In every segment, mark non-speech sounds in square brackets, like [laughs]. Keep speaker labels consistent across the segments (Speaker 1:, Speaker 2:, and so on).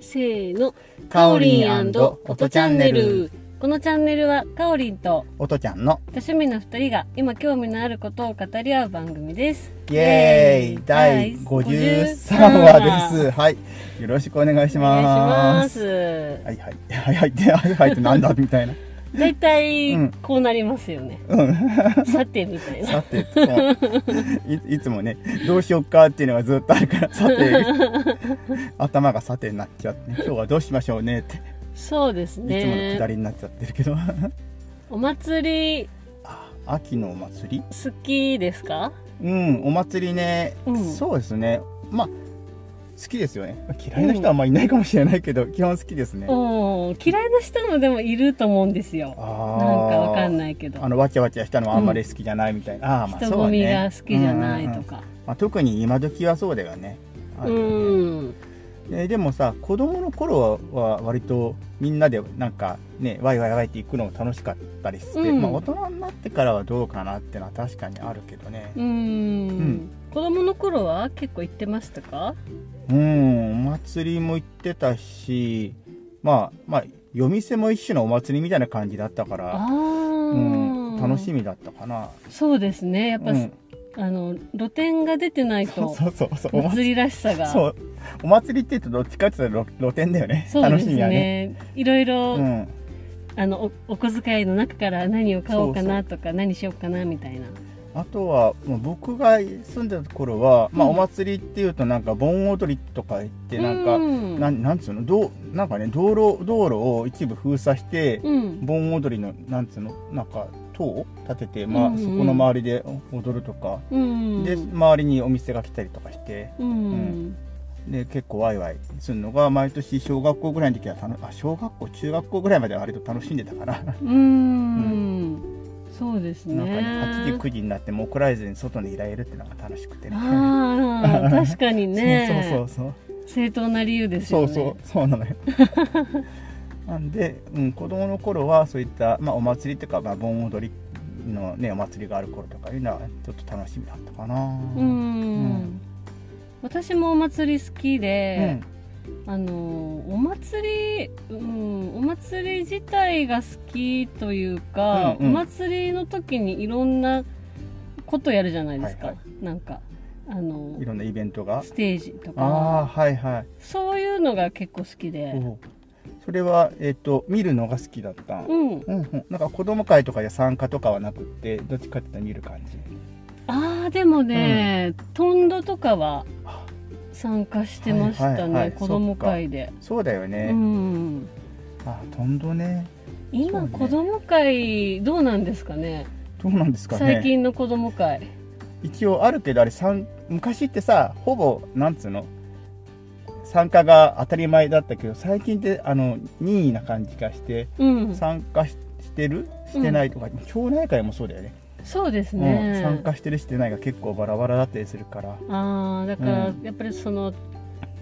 Speaker 1: せーの
Speaker 2: かおりん音チャンネル
Speaker 1: このチャンネルはかおりんと
Speaker 2: おとちゃんの
Speaker 1: 多趣味な二人が今興味のあることを語り合う番組です
Speaker 2: イエーイ第53話ですはいよろしくお願いし
Speaker 1: お願
Speaker 2: ま
Speaker 1: いし
Speaker 2: す
Speaker 1: ます
Speaker 2: はいはいはいはいではいはいってなんだみ [laughs] たいな
Speaker 1: 大体
Speaker 2: うん
Speaker 1: こうなりますよね、さてみたいな
Speaker 2: さてこうい [laughs] いつもねどうしよっかっていうのがずっとあるからさ [laughs] て頭がさてになっちゃって今日はどうしましょうねってい
Speaker 1: そうです
Speaker 2: つものくだ
Speaker 1: ね
Speaker 2: りになっちゃってる [laughs] けど
Speaker 1: お祭り
Speaker 2: あ秋のお祭り
Speaker 1: 好きですか
Speaker 2: うん、お祭りね、
Speaker 1: うん
Speaker 2: そうですね。まあ、好きですよね。嫌いな人はあんまいないかもしれないけど、基本好きですね。あ
Speaker 1: おー嫌いな人もでもいると思うんですよな
Speaker 2: あ
Speaker 1: んかわかん
Speaker 2: い。
Speaker 1: ないけど
Speaker 2: あの、わちゃわちゃしたのはあんまり好きじゃないみたいな。ああ、まあ、
Speaker 1: 人
Speaker 2: そう
Speaker 1: 混み
Speaker 2: ね
Speaker 1: が。好きじゃない
Speaker 2: うん
Speaker 1: と
Speaker 2: うん
Speaker 1: か
Speaker 2: まあ、特に今時はそうだよね。あ
Speaker 1: う
Speaker 2: るよね
Speaker 1: ん
Speaker 2: えーでもさ、子供の頃は割とみんなでなんかね、ワイワイワイって行くのも楽しかったりして、
Speaker 1: うん
Speaker 2: まあ大人になってからはどうかなってのは確かにあるけどね。
Speaker 1: うん、
Speaker 2: ん
Speaker 1: 子供の頃は結構行ってましたか
Speaker 2: うん、お祭りも行ってたし、まあ、まあ、夜店も一種のお祭りみたいな感じだったか
Speaker 1: あ
Speaker 2: ら、う
Speaker 1: ー
Speaker 2: ん、楽しみだったかな。
Speaker 1: そうですねやっぱ、
Speaker 2: うん、
Speaker 1: あの露店が出てない
Speaker 2: そ
Speaker 1: と
Speaker 2: うそうそうそう、お祭
Speaker 1: 祭りらしさ
Speaker 2: り
Speaker 1: が
Speaker 2: そう、お祭りって言うとどっちかって言ったら露露店だよね。
Speaker 1: そう
Speaker 2: 楽
Speaker 1: で
Speaker 2: し
Speaker 1: す
Speaker 2: みはね。
Speaker 1: ねいろいろ、
Speaker 2: うん、
Speaker 1: あのおお小遣いの中から何を買おうかなとか何しようかなみたいな
Speaker 2: あとは、もう僕が住んでた頃は、まあ、
Speaker 1: う
Speaker 2: お
Speaker 1: ん
Speaker 2: 祭りっていうとなんか盆踊りとか行ってなんか、
Speaker 1: うん
Speaker 2: なんなんつうのどうなんかね道路道路を一部封鎖して、
Speaker 1: うん
Speaker 2: 盆踊りのなんつうのなんか塔を立てて、まあ
Speaker 1: うんうん
Speaker 2: そこの周りで踊るとか、
Speaker 1: うん
Speaker 2: で周りにお店が来たりとかして
Speaker 1: うん
Speaker 2: で結構ワイワイするのが毎年小学校ぐらいの時はたのあ小学校中学校ぐらいまでは割と楽しんでたから、
Speaker 1: うん、そうですね
Speaker 2: [laughs] なんかね8時9時になっても怒られずに外にいられるってのが楽しくてね。
Speaker 1: ああ確かにね
Speaker 2: [laughs] そうそうそう
Speaker 1: 正当な理由です
Speaker 2: そ
Speaker 1: よ
Speaker 2: う
Speaker 1: ね
Speaker 2: そうそうな
Speaker 1: [laughs]
Speaker 2: のよなんで、うん、子供の頃はそういった、まあ、お祭りとか、まあ、盆踊りの、ね、お祭りがある頃とかいうのはちょっと楽しみだったかな
Speaker 1: う、
Speaker 2: うんうん
Speaker 1: 私もお祭り好きで
Speaker 2: ん、
Speaker 1: あのお祭り、うん、お祭り自体が好きというか、
Speaker 2: うんうん
Speaker 1: お祭りの時にいろんなことやるじゃないですか、
Speaker 2: はいは
Speaker 1: なんかあの
Speaker 2: いろんなイベントが
Speaker 1: ステージと
Speaker 2: ああー
Speaker 1: か
Speaker 2: はいはい、
Speaker 1: そういうのが結構好きで
Speaker 2: おうそれは、えっと見るのが好きだった、うん
Speaker 1: うん
Speaker 2: うん、なんか子供会とかで参加とかはなくってどっちかっていうと見る感じ
Speaker 1: ああでもね、トンドとかは
Speaker 2: あ
Speaker 1: 参加してまし
Speaker 2: は
Speaker 1: た
Speaker 2: いはいは
Speaker 1: ね
Speaker 2: い
Speaker 1: 子供会で、
Speaker 2: そうだよ
Speaker 1: う
Speaker 2: ね、
Speaker 1: ん、
Speaker 2: ああとんどね
Speaker 1: 今、
Speaker 2: そうね
Speaker 1: 子供会どうなんですかね
Speaker 2: どうなんですかね
Speaker 1: 最近の子供会
Speaker 2: 一応あるけどあれ参昔ってさほぼなんつうの参加が当たり前だったけど最近ってあの任意な感じがして
Speaker 1: うん
Speaker 2: 参加ししてるしてないとか、町内会もそうだよね、
Speaker 1: そうです
Speaker 2: うん、
Speaker 1: ね、
Speaker 2: 参加してるしてないが結構バラバラだったりするから
Speaker 1: ああだから、
Speaker 2: うん
Speaker 1: やっぱりその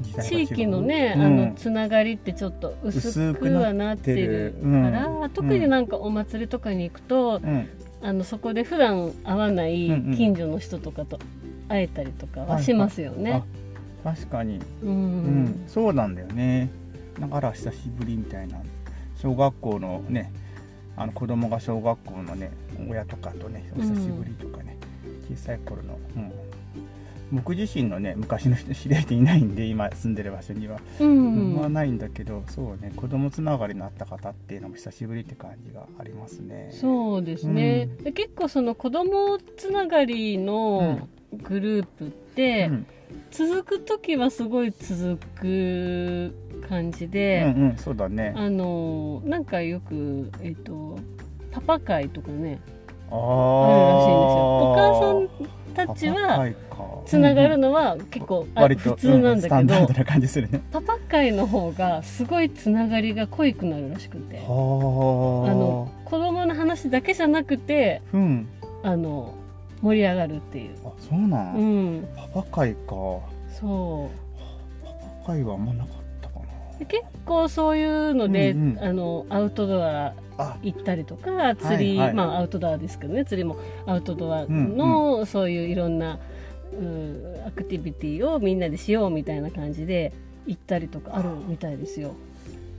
Speaker 2: 時代が違う
Speaker 1: 地域のね、
Speaker 2: うん
Speaker 1: あのつながりってちょっと薄くはなってる
Speaker 2: 薄く
Speaker 1: か
Speaker 2: なって
Speaker 1: ら
Speaker 2: る、うん
Speaker 1: 特になんかお祭りとかに行くと、
Speaker 2: うん
Speaker 1: あのそこで普段会わない
Speaker 2: うんうん
Speaker 1: 近所の人とかと会えたりとか
Speaker 2: はいは
Speaker 1: はいしますよね。
Speaker 2: あ確かに、
Speaker 1: う
Speaker 2: うん
Speaker 1: ん
Speaker 2: そうなんだよねだから久しぶりみたいな小学校のねあの子供が小学校のね親とかとねお久しぶりとかね、小さい頃の、うん、僕自身のね昔の人知り合いっていないんで今住んでる場所には、
Speaker 1: う
Speaker 2: うん、は
Speaker 1: ん
Speaker 2: ないんだけどそうね子供つながりのあった方っていうのも久しぶりって感じがありますね
Speaker 1: そうですね、で結構その子供つながりのグループって、
Speaker 2: うん
Speaker 1: 続く時はすごい続く感じ
Speaker 2: う
Speaker 1: で、
Speaker 2: んうんそうだね
Speaker 1: あのなんかよく、えっとパパ会とかね
Speaker 2: ああ
Speaker 1: あるらしいんですよお母さんたち
Speaker 2: パパ
Speaker 1: は
Speaker 2: 会か
Speaker 1: つながる
Speaker 2: うん
Speaker 1: のは結構、
Speaker 2: うん
Speaker 1: あ
Speaker 2: 割と
Speaker 1: 普通な
Speaker 2: うん
Speaker 1: だ
Speaker 2: スタ
Speaker 1: け
Speaker 2: ンダ
Speaker 1: ど、
Speaker 2: ードな感じするね
Speaker 1: パパ会の方がすごいつながりが濃くなるらしくてあ
Speaker 2: はあ
Speaker 1: の子供の話だけじゃなくて
Speaker 2: うん
Speaker 1: あの盛り上がるっていう、
Speaker 2: あそうなん、
Speaker 1: うん、
Speaker 2: パパ会か
Speaker 1: そ
Speaker 2: パパ会はあんまなかったか
Speaker 1: うで結構そういうので、
Speaker 2: うんうん
Speaker 1: あのアウトドア
Speaker 2: なあ
Speaker 1: 行ったりとか釣り、
Speaker 2: はいはい
Speaker 1: まあアウトドアですけどね釣りもアウトドアの、そういういろんなうんアクティビティをみんなでしようみたいな感じで行ったりとかあるみたいですよ。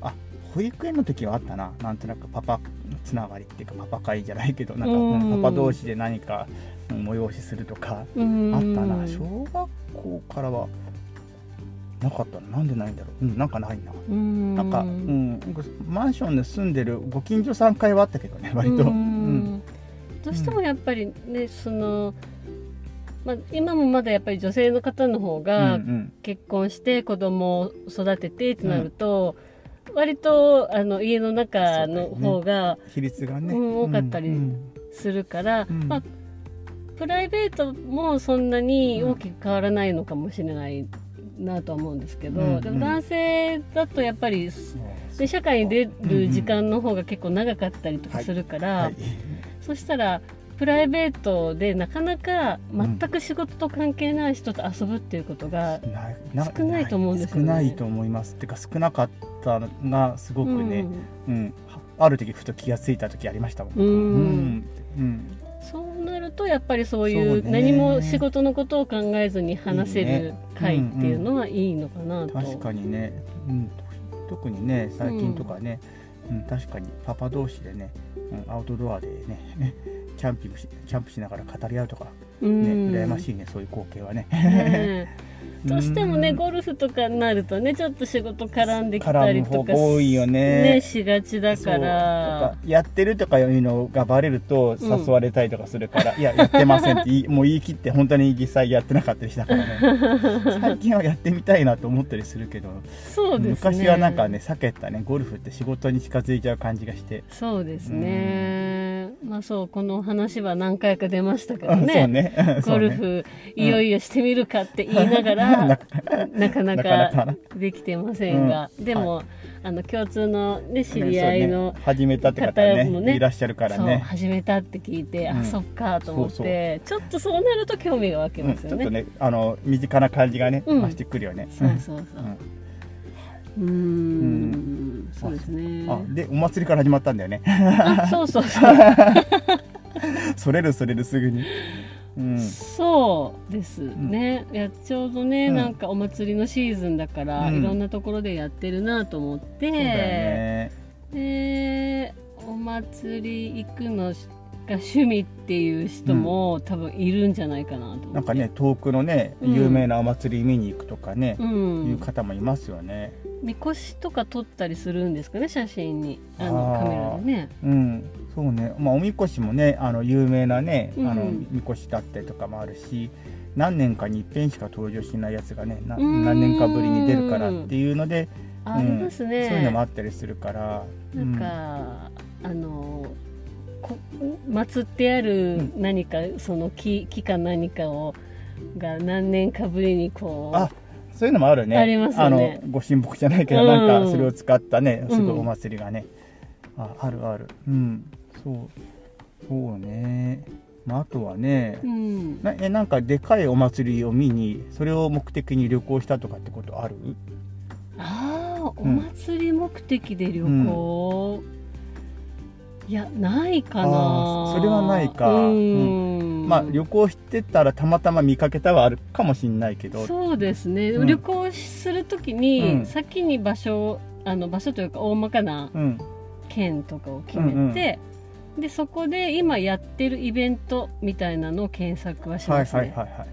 Speaker 2: あ保育園の時はあったななんとなくパパつながりっていうかパパ会じゃないけどなんか、
Speaker 1: うん
Speaker 2: うんパパ同士で何かうん催しするとか
Speaker 1: あった
Speaker 2: あったな小学校からはなかったななんでないんだろう、うん、なんかないな
Speaker 1: うん
Speaker 2: なんか、うん、マンションで住んでるご近所さん会はあったけどね割と、
Speaker 1: う
Speaker 2: うん
Speaker 1: んどうしてもやっぱりねその、まあ、今もまだやっぱり女性の方の方
Speaker 2: うん
Speaker 1: が
Speaker 2: うん
Speaker 1: 結婚して子供を育ててってなると、割とあの家の中の方が
Speaker 2: 比率がね、
Speaker 1: うん多かったり
Speaker 2: うん
Speaker 1: するから、
Speaker 2: うん
Speaker 1: まあ、プライベートもそんなに大きく変わらないのかもしれないなとは思うんですけど、
Speaker 2: うん
Speaker 1: でも男性だとやっぱり
Speaker 2: そう
Speaker 1: で社会に出る時間の方が結構長かったりとかするから、
Speaker 2: はい
Speaker 1: そしたらプライベートでなかなか全く仕事と関係ない人と遊ぶっていうことが、
Speaker 2: な
Speaker 1: 少ないと思うんですよね
Speaker 2: 少ないと思いますっていうか少なかったのがすごくね、
Speaker 1: うん
Speaker 2: うんはある時ふと気がついた時ありましたもん
Speaker 1: うん
Speaker 2: うんうん
Speaker 1: そうなるとやっぱりそういう
Speaker 2: そうね
Speaker 1: 何も仕事のことを考えずに話せ
Speaker 2: いい
Speaker 1: る
Speaker 2: ね
Speaker 1: 会っていうのはいいのかなと。
Speaker 2: 確かにね、うん、特にね最近とかね、うん確かにパパ同士でね、うん、アウトドアでね [laughs] キャンピングしキャンプしながら語り合うとか、ね
Speaker 1: うん
Speaker 2: 羨ましいねそういう光景はね。
Speaker 1: ねえどうしてもね
Speaker 2: うん
Speaker 1: ゴルフとかになるとねちょっと仕事絡んできたりと
Speaker 2: 絡む
Speaker 1: か
Speaker 2: 方が多いよね
Speaker 1: ねしがちだ
Speaker 2: そう
Speaker 1: か
Speaker 2: なん
Speaker 1: ら
Speaker 2: かやってるとかいうのがバレると誘われたりとかするから、いややってませんって言いもう言い切って本当に実際やってなかったりしたから
Speaker 1: [laughs]
Speaker 2: ね最近はやってみたいなと思ったりするけど、
Speaker 1: そうですね
Speaker 2: 昔はなんかね避けたねゴルフって仕事に近づいちゃう感じがして、
Speaker 1: そうですね、まあそうこの話は何回か出ましたけど
Speaker 2: そう
Speaker 1: ね [laughs]
Speaker 2: ねそ
Speaker 1: ゴ
Speaker 2: う
Speaker 1: ル
Speaker 2: ね
Speaker 1: フ、いよいよしてみるかって言いながらなかな
Speaker 2: [laughs] なかなか
Speaker 1: かできてませんが、でも、あの共通の、ね、知り合いの
Speaker 2: そうね、始めたって方ね
Speaker 1: 方もね
Speaker 2: いらっしゃるから
Speaker 1: そう
Speaker 2: ね
Speaker 1: 始めたって聞いて、
Speaker 2: うん
Speaker 1: あそっかと思ってちょっとそうなると興味が湧き
Speaker 2: うん
Speaker 1: ま
Speaker 2: ち
Speaker 1: す
Speaker 2: ょっ
Speaker 1: よね。
Speaker 2: とねあの身近な感じがね、
Speaker 1: うん
Speaker 2: 増してくるよね。
Speaker 1: そうそうそううんうーんそうですね
Speaker 2: あでお祭りから始まったんだよね [laughs]
Speaker 1: あそうそうそう
Speaker 2: それるそれるすぐに、うん、
Speaker 1: そうですね、いやちょうどね、
Speaker 2: うん
Speaker 1: なんかお祭りのシーズンだから、
Speaker 2: うん
Speaker 1: いろんなところでやってるなと思っ
Speaker 2: そうだ
Speaker 1: て、
Speaker 2: よね。
Speaker 1: でお祭り行くのが趣味っていう人も、多分いるんじゃないかなと思って
Speaker 2: なんかね遠くのね
Speaker 1: うん
Speaker 2: 有名なお祭り見に行くとかね、
Speaker 1: う
Speaker 2: いうん方もいますよね。
Speaker 1: みこしとか撮ったりするんですかね写真にあの
Speaker 2: あー
Speaker 1: カメラでね
Speaker 2: うん、そうね。まあおみこしもねあの有名なね、
Speaker 1: うん
Speaker 2: あのみこしだったりとかもあるし。何年かに一遍しか登場しないやつがねな
Speaker 1: うーん
Speaker 2: 何年かぶりに出るからっていうので、
Speaker 1: あありますね、
Speaker 2: うんそういうのもあったりするから
Speaker 1: なんか、あのこ祀ってある何か、その木木か何かをが何年かぶりにこう
Speaker 2: あうんそういうのもあるね
Speaker 1: ありますよね
Speaker 2: あのご神木じゃないけど、
Speaker 1: うん
Speaker 2: なんかそれを使ったねすご
Speaker 1: う
Speaker 2: い
Speaker 1: ん
Speaker 2: お祭りがね、ああるあるうんそうそうね、まあ、あとはね、
Speaker 1: うん、
Speaker 2: なえなんかでかいお祭りを見にそれを目的に旅行したとかってことある
Speaker 1: あーお
Speaker 2: うん
Speaker 1: 祭り目的で旅行、いやないかな
Speaker 2: あーそれはないか
Speaker 1: うん
Speaker 2: まあ旅行してたらたまたま見かけたはあるかもしんないけど
Speaker 1: そうですね、
Speaker 2: うん
Speaker 1: 旅行するときに、
Speaker 2: うん
Speaker 1: 先に場所をあの場所というか大まかな
Speaker 2: うん
Speaker 1: 県とかを決めて、でそこで今やってるイベントみたいなのを検索はし
Speaker 2: はいはい
Speaker 1: ますね、
Speaker 2: はいはい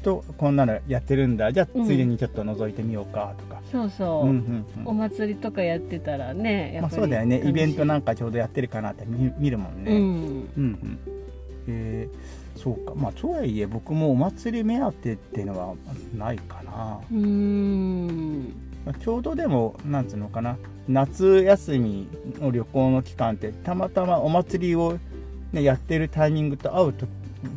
Speaker 2: とこんなのやってるんだじゃあ
Speaker 1: うん
Speaker 2: ついでにちょっと覗いてみようかとか、
Speaker 1: そう
Speaker 2: う
Speaker 1: そ
Speaker 2: ん
Speaker 1: う、
Speaker 2: うんう
Speaker 1: お
Speaker 2: ん
Speaker 1: 祭りとかやってたらねや
Speaker 2: まあ、
Speaker 1: っぱり
Speaker 2: そうだよねイベント
Speaker 1: な
Speaker 2: なんかちょうどやってるかなって見見るもんね、
Speaker 1: うん
Speaker 2: うんうんえーそうかまあとはいえ僕もお祭り目当てっていうのはないかな
Speaker 1: うーん
Speaker 2: ちょうどでもなんつうのかな夏休みの旅行の期間ってたまたまお祭りを、ね、やってるタイミングと合うと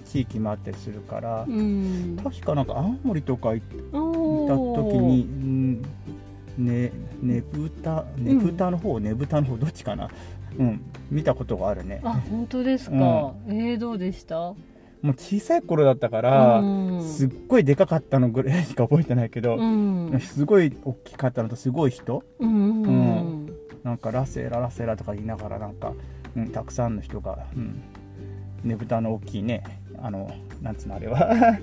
Speaker 2: 地域もあったりするから、
Speaker 1: うん
Speaker 2: 確かなんか青森とか行った
Speaker 1: おー
Speaker 2: 時に、うんねねぶたねぶたの方、ねぶたの方どっちかな、うん、見たことがあるね
Speaker 1: あ本当ですか、えー、どうでした
Speaker 2: もう小さい頃だったから、
Speaker 1: うん
Speaker 2: すっごいでかかったのぐらいし [laughs] か覚えてないけど、
Speaker 1: うん
Speaker 2: すごい大きかったのとすごい人、
Speaker 1: うんうん
Speaker 2: なんかラセララセラとか言いながらなんか、うん、たくさんの人が、うん、ねぶたの大きいねあのなんつうのあれは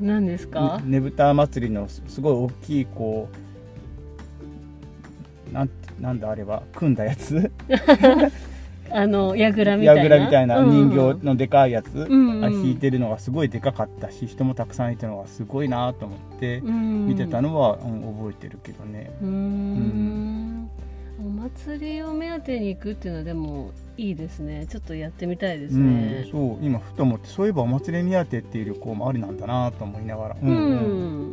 Speaker 1: 何ですか
Speaker 2: ねねぶた祭りのすすごい大きいこうなんなんだあれは組んだやつ
Speaker 1: あのやぐらみたいな
Speaker 2: やぐらみたいな
Speaker 1: うんうん
Speaker 2: 人形のでかいやつ、
Speaker 1: んうん
Speaker 2: あれ弾いてるのがすごいでかかったし人もたくさんいたのがすごいなと思って
Speaker 1: うん
Speaker 2: 見てたのは、うん覚えてるけどね
Speaker 1: うーんお祭りを目当てに行くっていうのはでもいいですねちょっとやってみたいです
Speaker 2: うん
Speaker 1: ね、
Speaker 2: そう今ふと思ってそういえばお祭り目当てっていう旅行もありなんだなと思いながら、
Speaker 1: うん、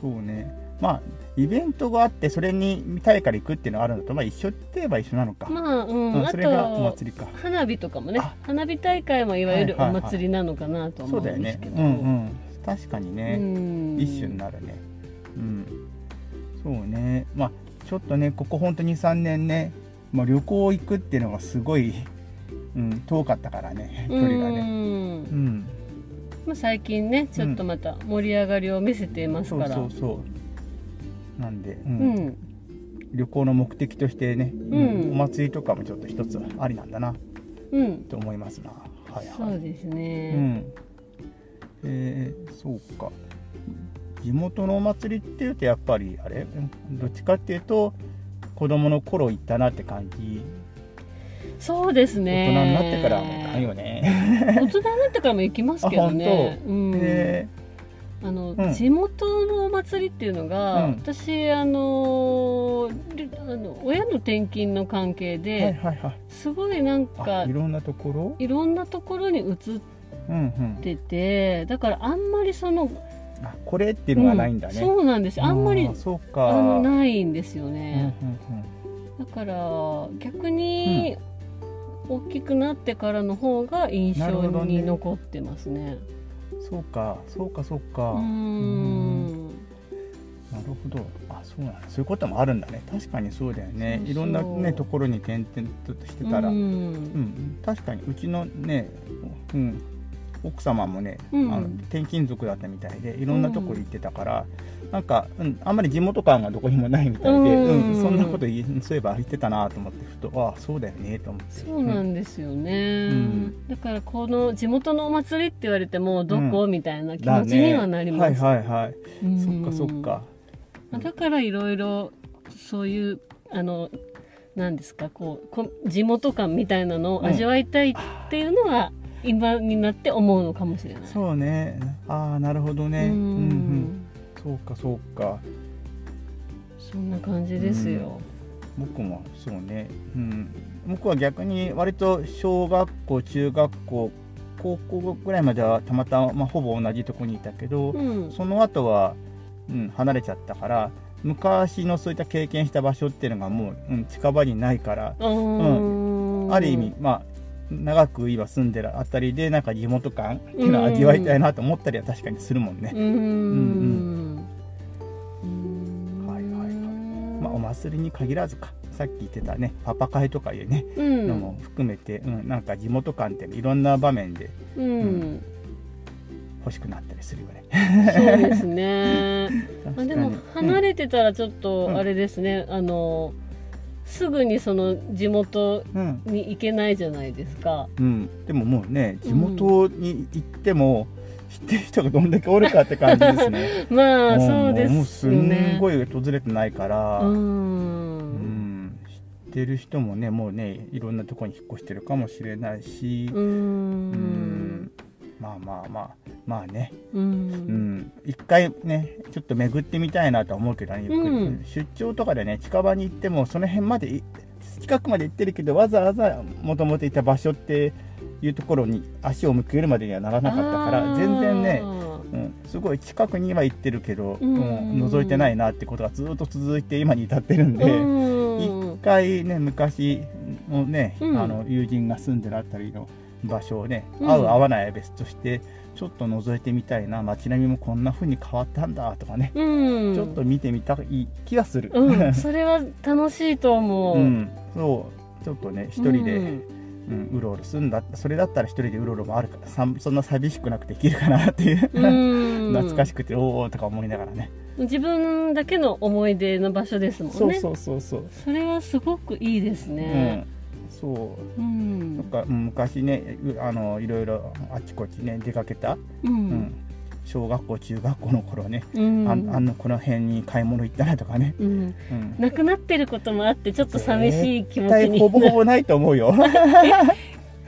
Speaker 2: そうねまあイベントがあってそれに見たいから行くっていうのがあるのと、まあ、一緒って言えば一緒なのか、
Speaker 1: まあうん、
Speaker 2: うん
Speaker 1: あ
Speaker 2: それがお
Speaker 1: と
Speaker 2: 祭りか
Speaker 1: 花火とかもね
Speaker 2: あ
Speaker 1: 花火大会もいわゆる
Speaker 2: は
Speaker 1: お
Speaker 2: いはいはい
Speaker 1: 祭りなのかなとは思
Speaker 2: そう
Speaker 1: う
Speaker 2: だよ
Speaker 1: んで
Speaker 2: ね
Speaker 1: すけど
Speaker 2: うんうん確かにね、
Speaker 1: うん
Speaker 2: 一種になるねうんそうねまあちょっとねここほんと23年ね、まあ、旅行行くっていうのがすごい、うん、遠かったからね距離が
Speaker 1: う
Speaker 2: ね
Speaker 1: ん
Speaker 2: うん、
Speaker 1: まあ、最近ねちょっとまた盛り上がりを見せています
Speaker 2: そ
Speaker 1: か
Speaker 2: う
Speaker 1: ら
Speaker 2: そうそうなんで、うん
Speaker 1: うん
Speaker 2: 旅行の目的としてね、うん
Speaker 1: うん
Speaker 2: お祭りとかもちょっと一つありなんだな
Speaker 1: うん
Speaker 2: と思いますなはいはい
Speaker 1: そうです
Speaker 2: う
Speaker 1: ね、
Speaker 2: んえーそうか地元のお祭りっていうとやっぱりあれどっちかっていうと子供の頃行ったなって感じ
Speaker 1: そうです
Speaker 2: 大
Speaker 1: ね
Speaker 2: 人になってからはもうないよね、
Speaker 1: 大人になってからも行きますけどね。うん
Speaker 2: で
Speaker 1: あの、
Speaker 2: うん
Speaker 1: 地元のお祭りっていうのが、
Speaker 2: うん
Speaker 1: 私あのりあの親の転勤の関係で、
Speaker 2: はいはいはい
Speaker 1: すごいなんか
Speaker 2: あいろんなところ
Speaker 1: いろんなところに移っ
Speaker 2: うんうん
Speaker 1: ててだからあんまりその
Speaker 2: あこれっていうのがないんだね、
Speaker 1: うんそうなんですあんまり
Speaker 2: あーそう
Speaker 1: あ
Speaker 2: か
Speaker 1: のないんですよ
Speaker 2: うんうん
Speaker 1: ね、だから逆に、大きくなってからの方が印
Speaker 2: なる
Speaker 1: 象
Speaker 2: ほどね
Speaker 1: に残ってますね。
Speaker 2: うんそうかそうかそうか、
Speaker 1: うーん
Speaker 2: なるほどあそうなんだそういうこともあるんだね確かにそうだよね
Speaker 1: そうそう
Speaker 2: いろんなねところに転々としてたら、
Speaker 1: う
Speaker 2: うん
Speaker 1: ん
Speaker 2: 確かにうちのね、うん、奥様もね、
Speaker 1: うん
Speaker 2: あの転勤族だったみたいでいろんなところ行ってたから、なんか、うん、あんまり地元感がどこにもないみたいで、
Speaker 1: うん
Speaker 2: そんなこと言いそういえば言ってたなと思ってふとあそうだよねと思って
Speaker 1: そうなんですよね、
Speaker 2: うん
Speaker 1: だからこの地元のお祭りって言われてもどこ、みたいな気
Speaker 2: だ
Speaker 1: 持ちには
Speaker 2: ね
Speaker 1: なります、
Speaker 2: はいはいはい、
Speaker 1: うん
Speaker 2: そっかそっか
Speaker 1: だからいろいろそういうあのなんですかこうこ地元感みたいなのを味わいたいっていうのは、今になって思うのかもしれない
Speaker 2: そうねああなるほどね
Speaker 1: う
Speaker 2: うんうん
Speaker 1: ん
Speaker 2: そうかそうか
Speaker 1: そんな感じですよ、
Speaker 2: 僕もそうね、うん、僕は逆に割と小学校中学校高校ぐらいまではたまたまほぼ同じとこにいたけど、
Speaker 1: うん
Speaker 2: その後は、うん、離れちゃったから昔のそういった経験した場所っていうのがもう、うん、近場にないから、
Speaker 1: あー
Speaker 2: ある意味まあ長く今住んでるあたりでなんか地元感っていうのを味わいたいなと思ったりは確かにするもんね
Speaker 1: う、んうん
Speaker 2: はいはいはいまあ、お祭りに限らずかさっき言ってたねパパ会とかいうね
Speaker 1: うん
Speaker 2: のも含めて、うんなんか地元感っていろんな場面で
Speaker 1: うん、
Speaker 2: 欲しくなったりする
Speaker 1: [laughs]
Speaker 2: よね。
Speaker 1: そうです
Speaker 2: [laughs]
Speaker 1: ね。
Speaker 2: 確か
Speaker 1: あ
Speaker 2: に
Speaker 1: でも離れてたらちょっとあれですね、あのすぐにその地元
Speaker 2: うんうん
Speaker 1: に行けないじゃないですか。
Speaker 2: うんでももうね地元に行っても、知ってる人がどんだけおるかって感じですね。
Speaker 1: [laughs] まあ
Speaker 2: も
Speaker 1: そうで
Speaker 2: もう
Speaker 1: す
Speaker 2: す
Speaker 1: よね。
Speaker 2: んごい訪れてないから、
Speaker 1: う
Speaker 2: うん
Speaker 1: ん。
Speaker 2: 知ってる人もねもうねいろんなとこに引っ越してるかもしれないし、
Speaker 1: う。
Speaker 2: うんまあまあまあまあね、
Speaker 1: う。
Speaker 2: うんん、一回ねちょっと巡ってみたいなとは思うけどねゆっくり、
Speaker 1: うん
Speaker 2: 出張とかでね近場に行ってもその辺までい近くまで行ってるけどわざわざもともといた場所っていうところに足を向けるまでにはならなかったから全然ね、うん、すごい近くには行ってるけど、
Speaker 1: うん
Speaker 2: うん覗いてないなってことがずっと続いて今に至ってるんで。
Speaker 1: うん
Speaker 2: 一。回ね昔のね、
Speaker 1: うん
Speaker 2: あの友人が住んでるあたりの場所をね、
Speaker 1: うん
Speaker 2: 合う合わないは別としてちょっと覗いてみたいな街並みもこんな風に変わったんだとかね、
Speaker 1: うん。
Speaker 2: ちょっと見てみたい気がする、 [laughs]
Speaker 1: うん、それは楽しいと思う。
Speaker 2: うんそうちょっとね一人で、う
Speaker 1: うんん
Speaker 2: うろうろするんだそれだったら一人でうろうろもあるからさんそんな寂しくなくていけるかなっていう、
Speaker 1: うん
Speaker 2: [laughs] 懐かしくておおとか思いながらね
Speaker 1: 自分だけの思い出の場所ですもんね
Speaker 2: そうそうそうそう、
Speaker 1: それはすごくいいですね
Speaker 2: うんそ
Speaker 1: う
Speaker 2: うなん
Speaker 1: ん
Speaker 2: かうん昔ねうあのいろいろあちこちね出かけた、
Speaker 1: う
Speaker 2: うん
Speaker 1: ん
Speaker 2: 小学校中学校の頃ね、
Speaker 1: うん
Speaker 2: あんあのこの辺に買い物行ったらとかね、
Speaker 1: うん、
Speaker 2: うん、
Speaker 1: なくなってることもあってちょっと寂しい気持
Speaker 2: 絶
Speaker 1: ち
Speaker 2: 対ほ
Speaker 1: に
Speaker 2: ぼほぼないと思
Speaker 1: [laughs]
Speaker 2: うよ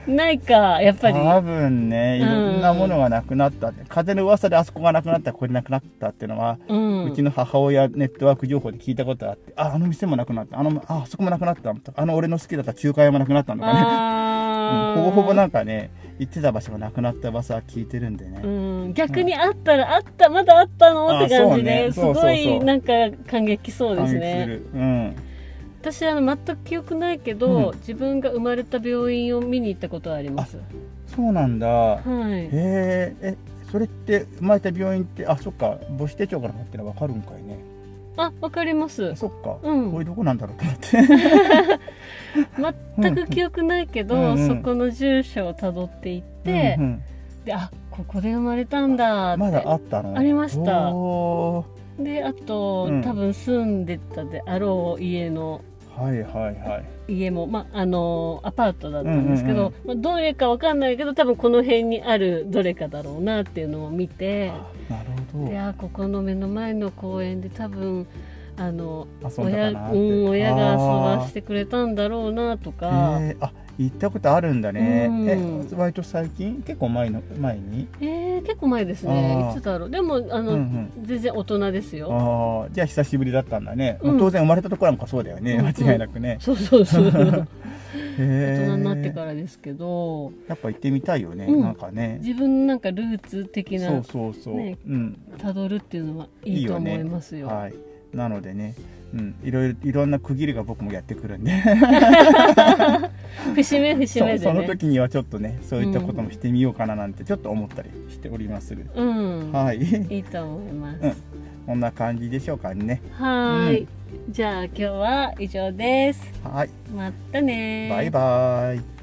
Speaker 1: ないかやっぱり
Speaker 2: 多分ねいろんなものがなくなったって風の噂であそこがなくなったこれなくなったっていうのは、
Speaker 1: うん
Speaker 2: うちの母親ネットワーク情報で聞いたことがあってああの店もなくなったあのああそこもなくなったんだあの俺の好きだった中華屋もなくなったんだとかね
Speaker 1: あ
Speaker 2: うん
Speaker 1: ー
Speaker 2: ほぼほぼなんかね行ってた場所がなくなった噂は聞いてるんでね、
Speaker 1: うん、逆にあったら、あったまだあったのって
Speaker 2: あ
Speaker 1: 感
Speaker 2: そう
Speaker 1: じで、
Speaker 2: ね
Speaker 1: す
Speaker 2: そうそう
Speaker 1: ご
Speaker 2: そう
Speaker 1: いなんか感激そうです
Speaker 2: 感激す
Speaker 1: ね
Speaker 2: るうん
Speaker 1: 私あの全く記憶ないけど、
Speaker 2: うん
Speaker 1: 自分が生まれた病院を見に行ったことはあります
Speaker 2: そうなんだ
Speaker 1: はい
Speaker 2: へええそれって生まれた病院ってあそっか母子手帳から入ってのは分かるんかいね
Speaker 1: あわかります
Speaker 2: そっか、
Speaker 1: うん
Speaker 2: これどこなんだろうと思って
Speaker 1: 全く記憶ないけど、
Speaker 2: うんうん
Speaker 1: そこの住所をたどっていって、
Speaker 2: うんうん
Speaker 1: であここで生まれたんだって、
Speaker 2: まだあったの
Speaker 1: ありました
Speaker 2: お
Speaker 1: であと、
Speaker 2: うん
Speaker 1: 多分住んでたであろう家の
Speaker 2: ーはいはいはい
Speaker 1: 家も、まあ、あのアパートだったんですけ
Speaker 2: うん
Speaker 1: ど、まあどれかわかんないけど多分この辺にあるどれかだろうなっていうのを見て
Speaker 2: あなるほ
Speaker 1: いやここの目の前の公園で多分あの
Speaker 2: ど遊んだ
Speaker 1: 親,、
Speaker 2: か
Speaker 1: う
Speaker 2: なって
Speaker 1: ん、親が遊ばしててくれたんだろうなとか
Speaker 2: あーへーあ行ったことあるんだね、
Speaker 1: うん
Speaker 2: え割と最近結構前の前に
Speaker 1: えー結構前です
Speaker 2: あ
Speaker 1: ね
Speaker 2: ー
Speaker 1: いつだろうでもあの、
Speaker 2: うんうん
Speaker 1: 全然大人ですよ
Speaker 2: ああじゃあ久しぶりだったんだね、
Speaker 1: うん
Speaker 2: 当然生まれたところなんかそうだよね、
Speaker 1: うんうん
Speaker 2: 間違いなくね、
Speaker 1: そうそうそう
Speaker 2: [laughs]
Speaker 1: 大
Speaker 2: へえ
Speaker 1: 人になってからですけど
Speaker 2: やっぱ行ってみたいよね、
Speaker 1: うん
Speaker 2: なんかね
Speaker 1: 自分のなんかルーツ的
Speaker 2: そ
Speaker 1: な
Speaker 2: うそうそう、
Speaker 1: ね
Speaker 2: うん
Speaker 1: たどるっていうのはいいと思いますよ
Speaker 2: はいなのでねうん、いろいろいろんな区切りが僕もやってくるんで
Speaker 1: [laughs] 節目節
Speaker 2: そ
Speaker 1: 目
Speaker 2: うそ
Speaker 1: で
Speaker 2: の
Speaker 1: ね
Speaker 2: 時にはちょっとねそういったこともしてみようかななんてちょっと思ったりしておりまする、
Speaker 1: うん、
Speaker 2: はい [laughs]
Speaker 1: いいと思います。
Speaker 2: うんこんな感じでしょうかね
Speaker 1: はーい、じゃあ今日は以上です。
Speaker 2: はい
Speaker 1: またねー
Speaker 2: バイバイ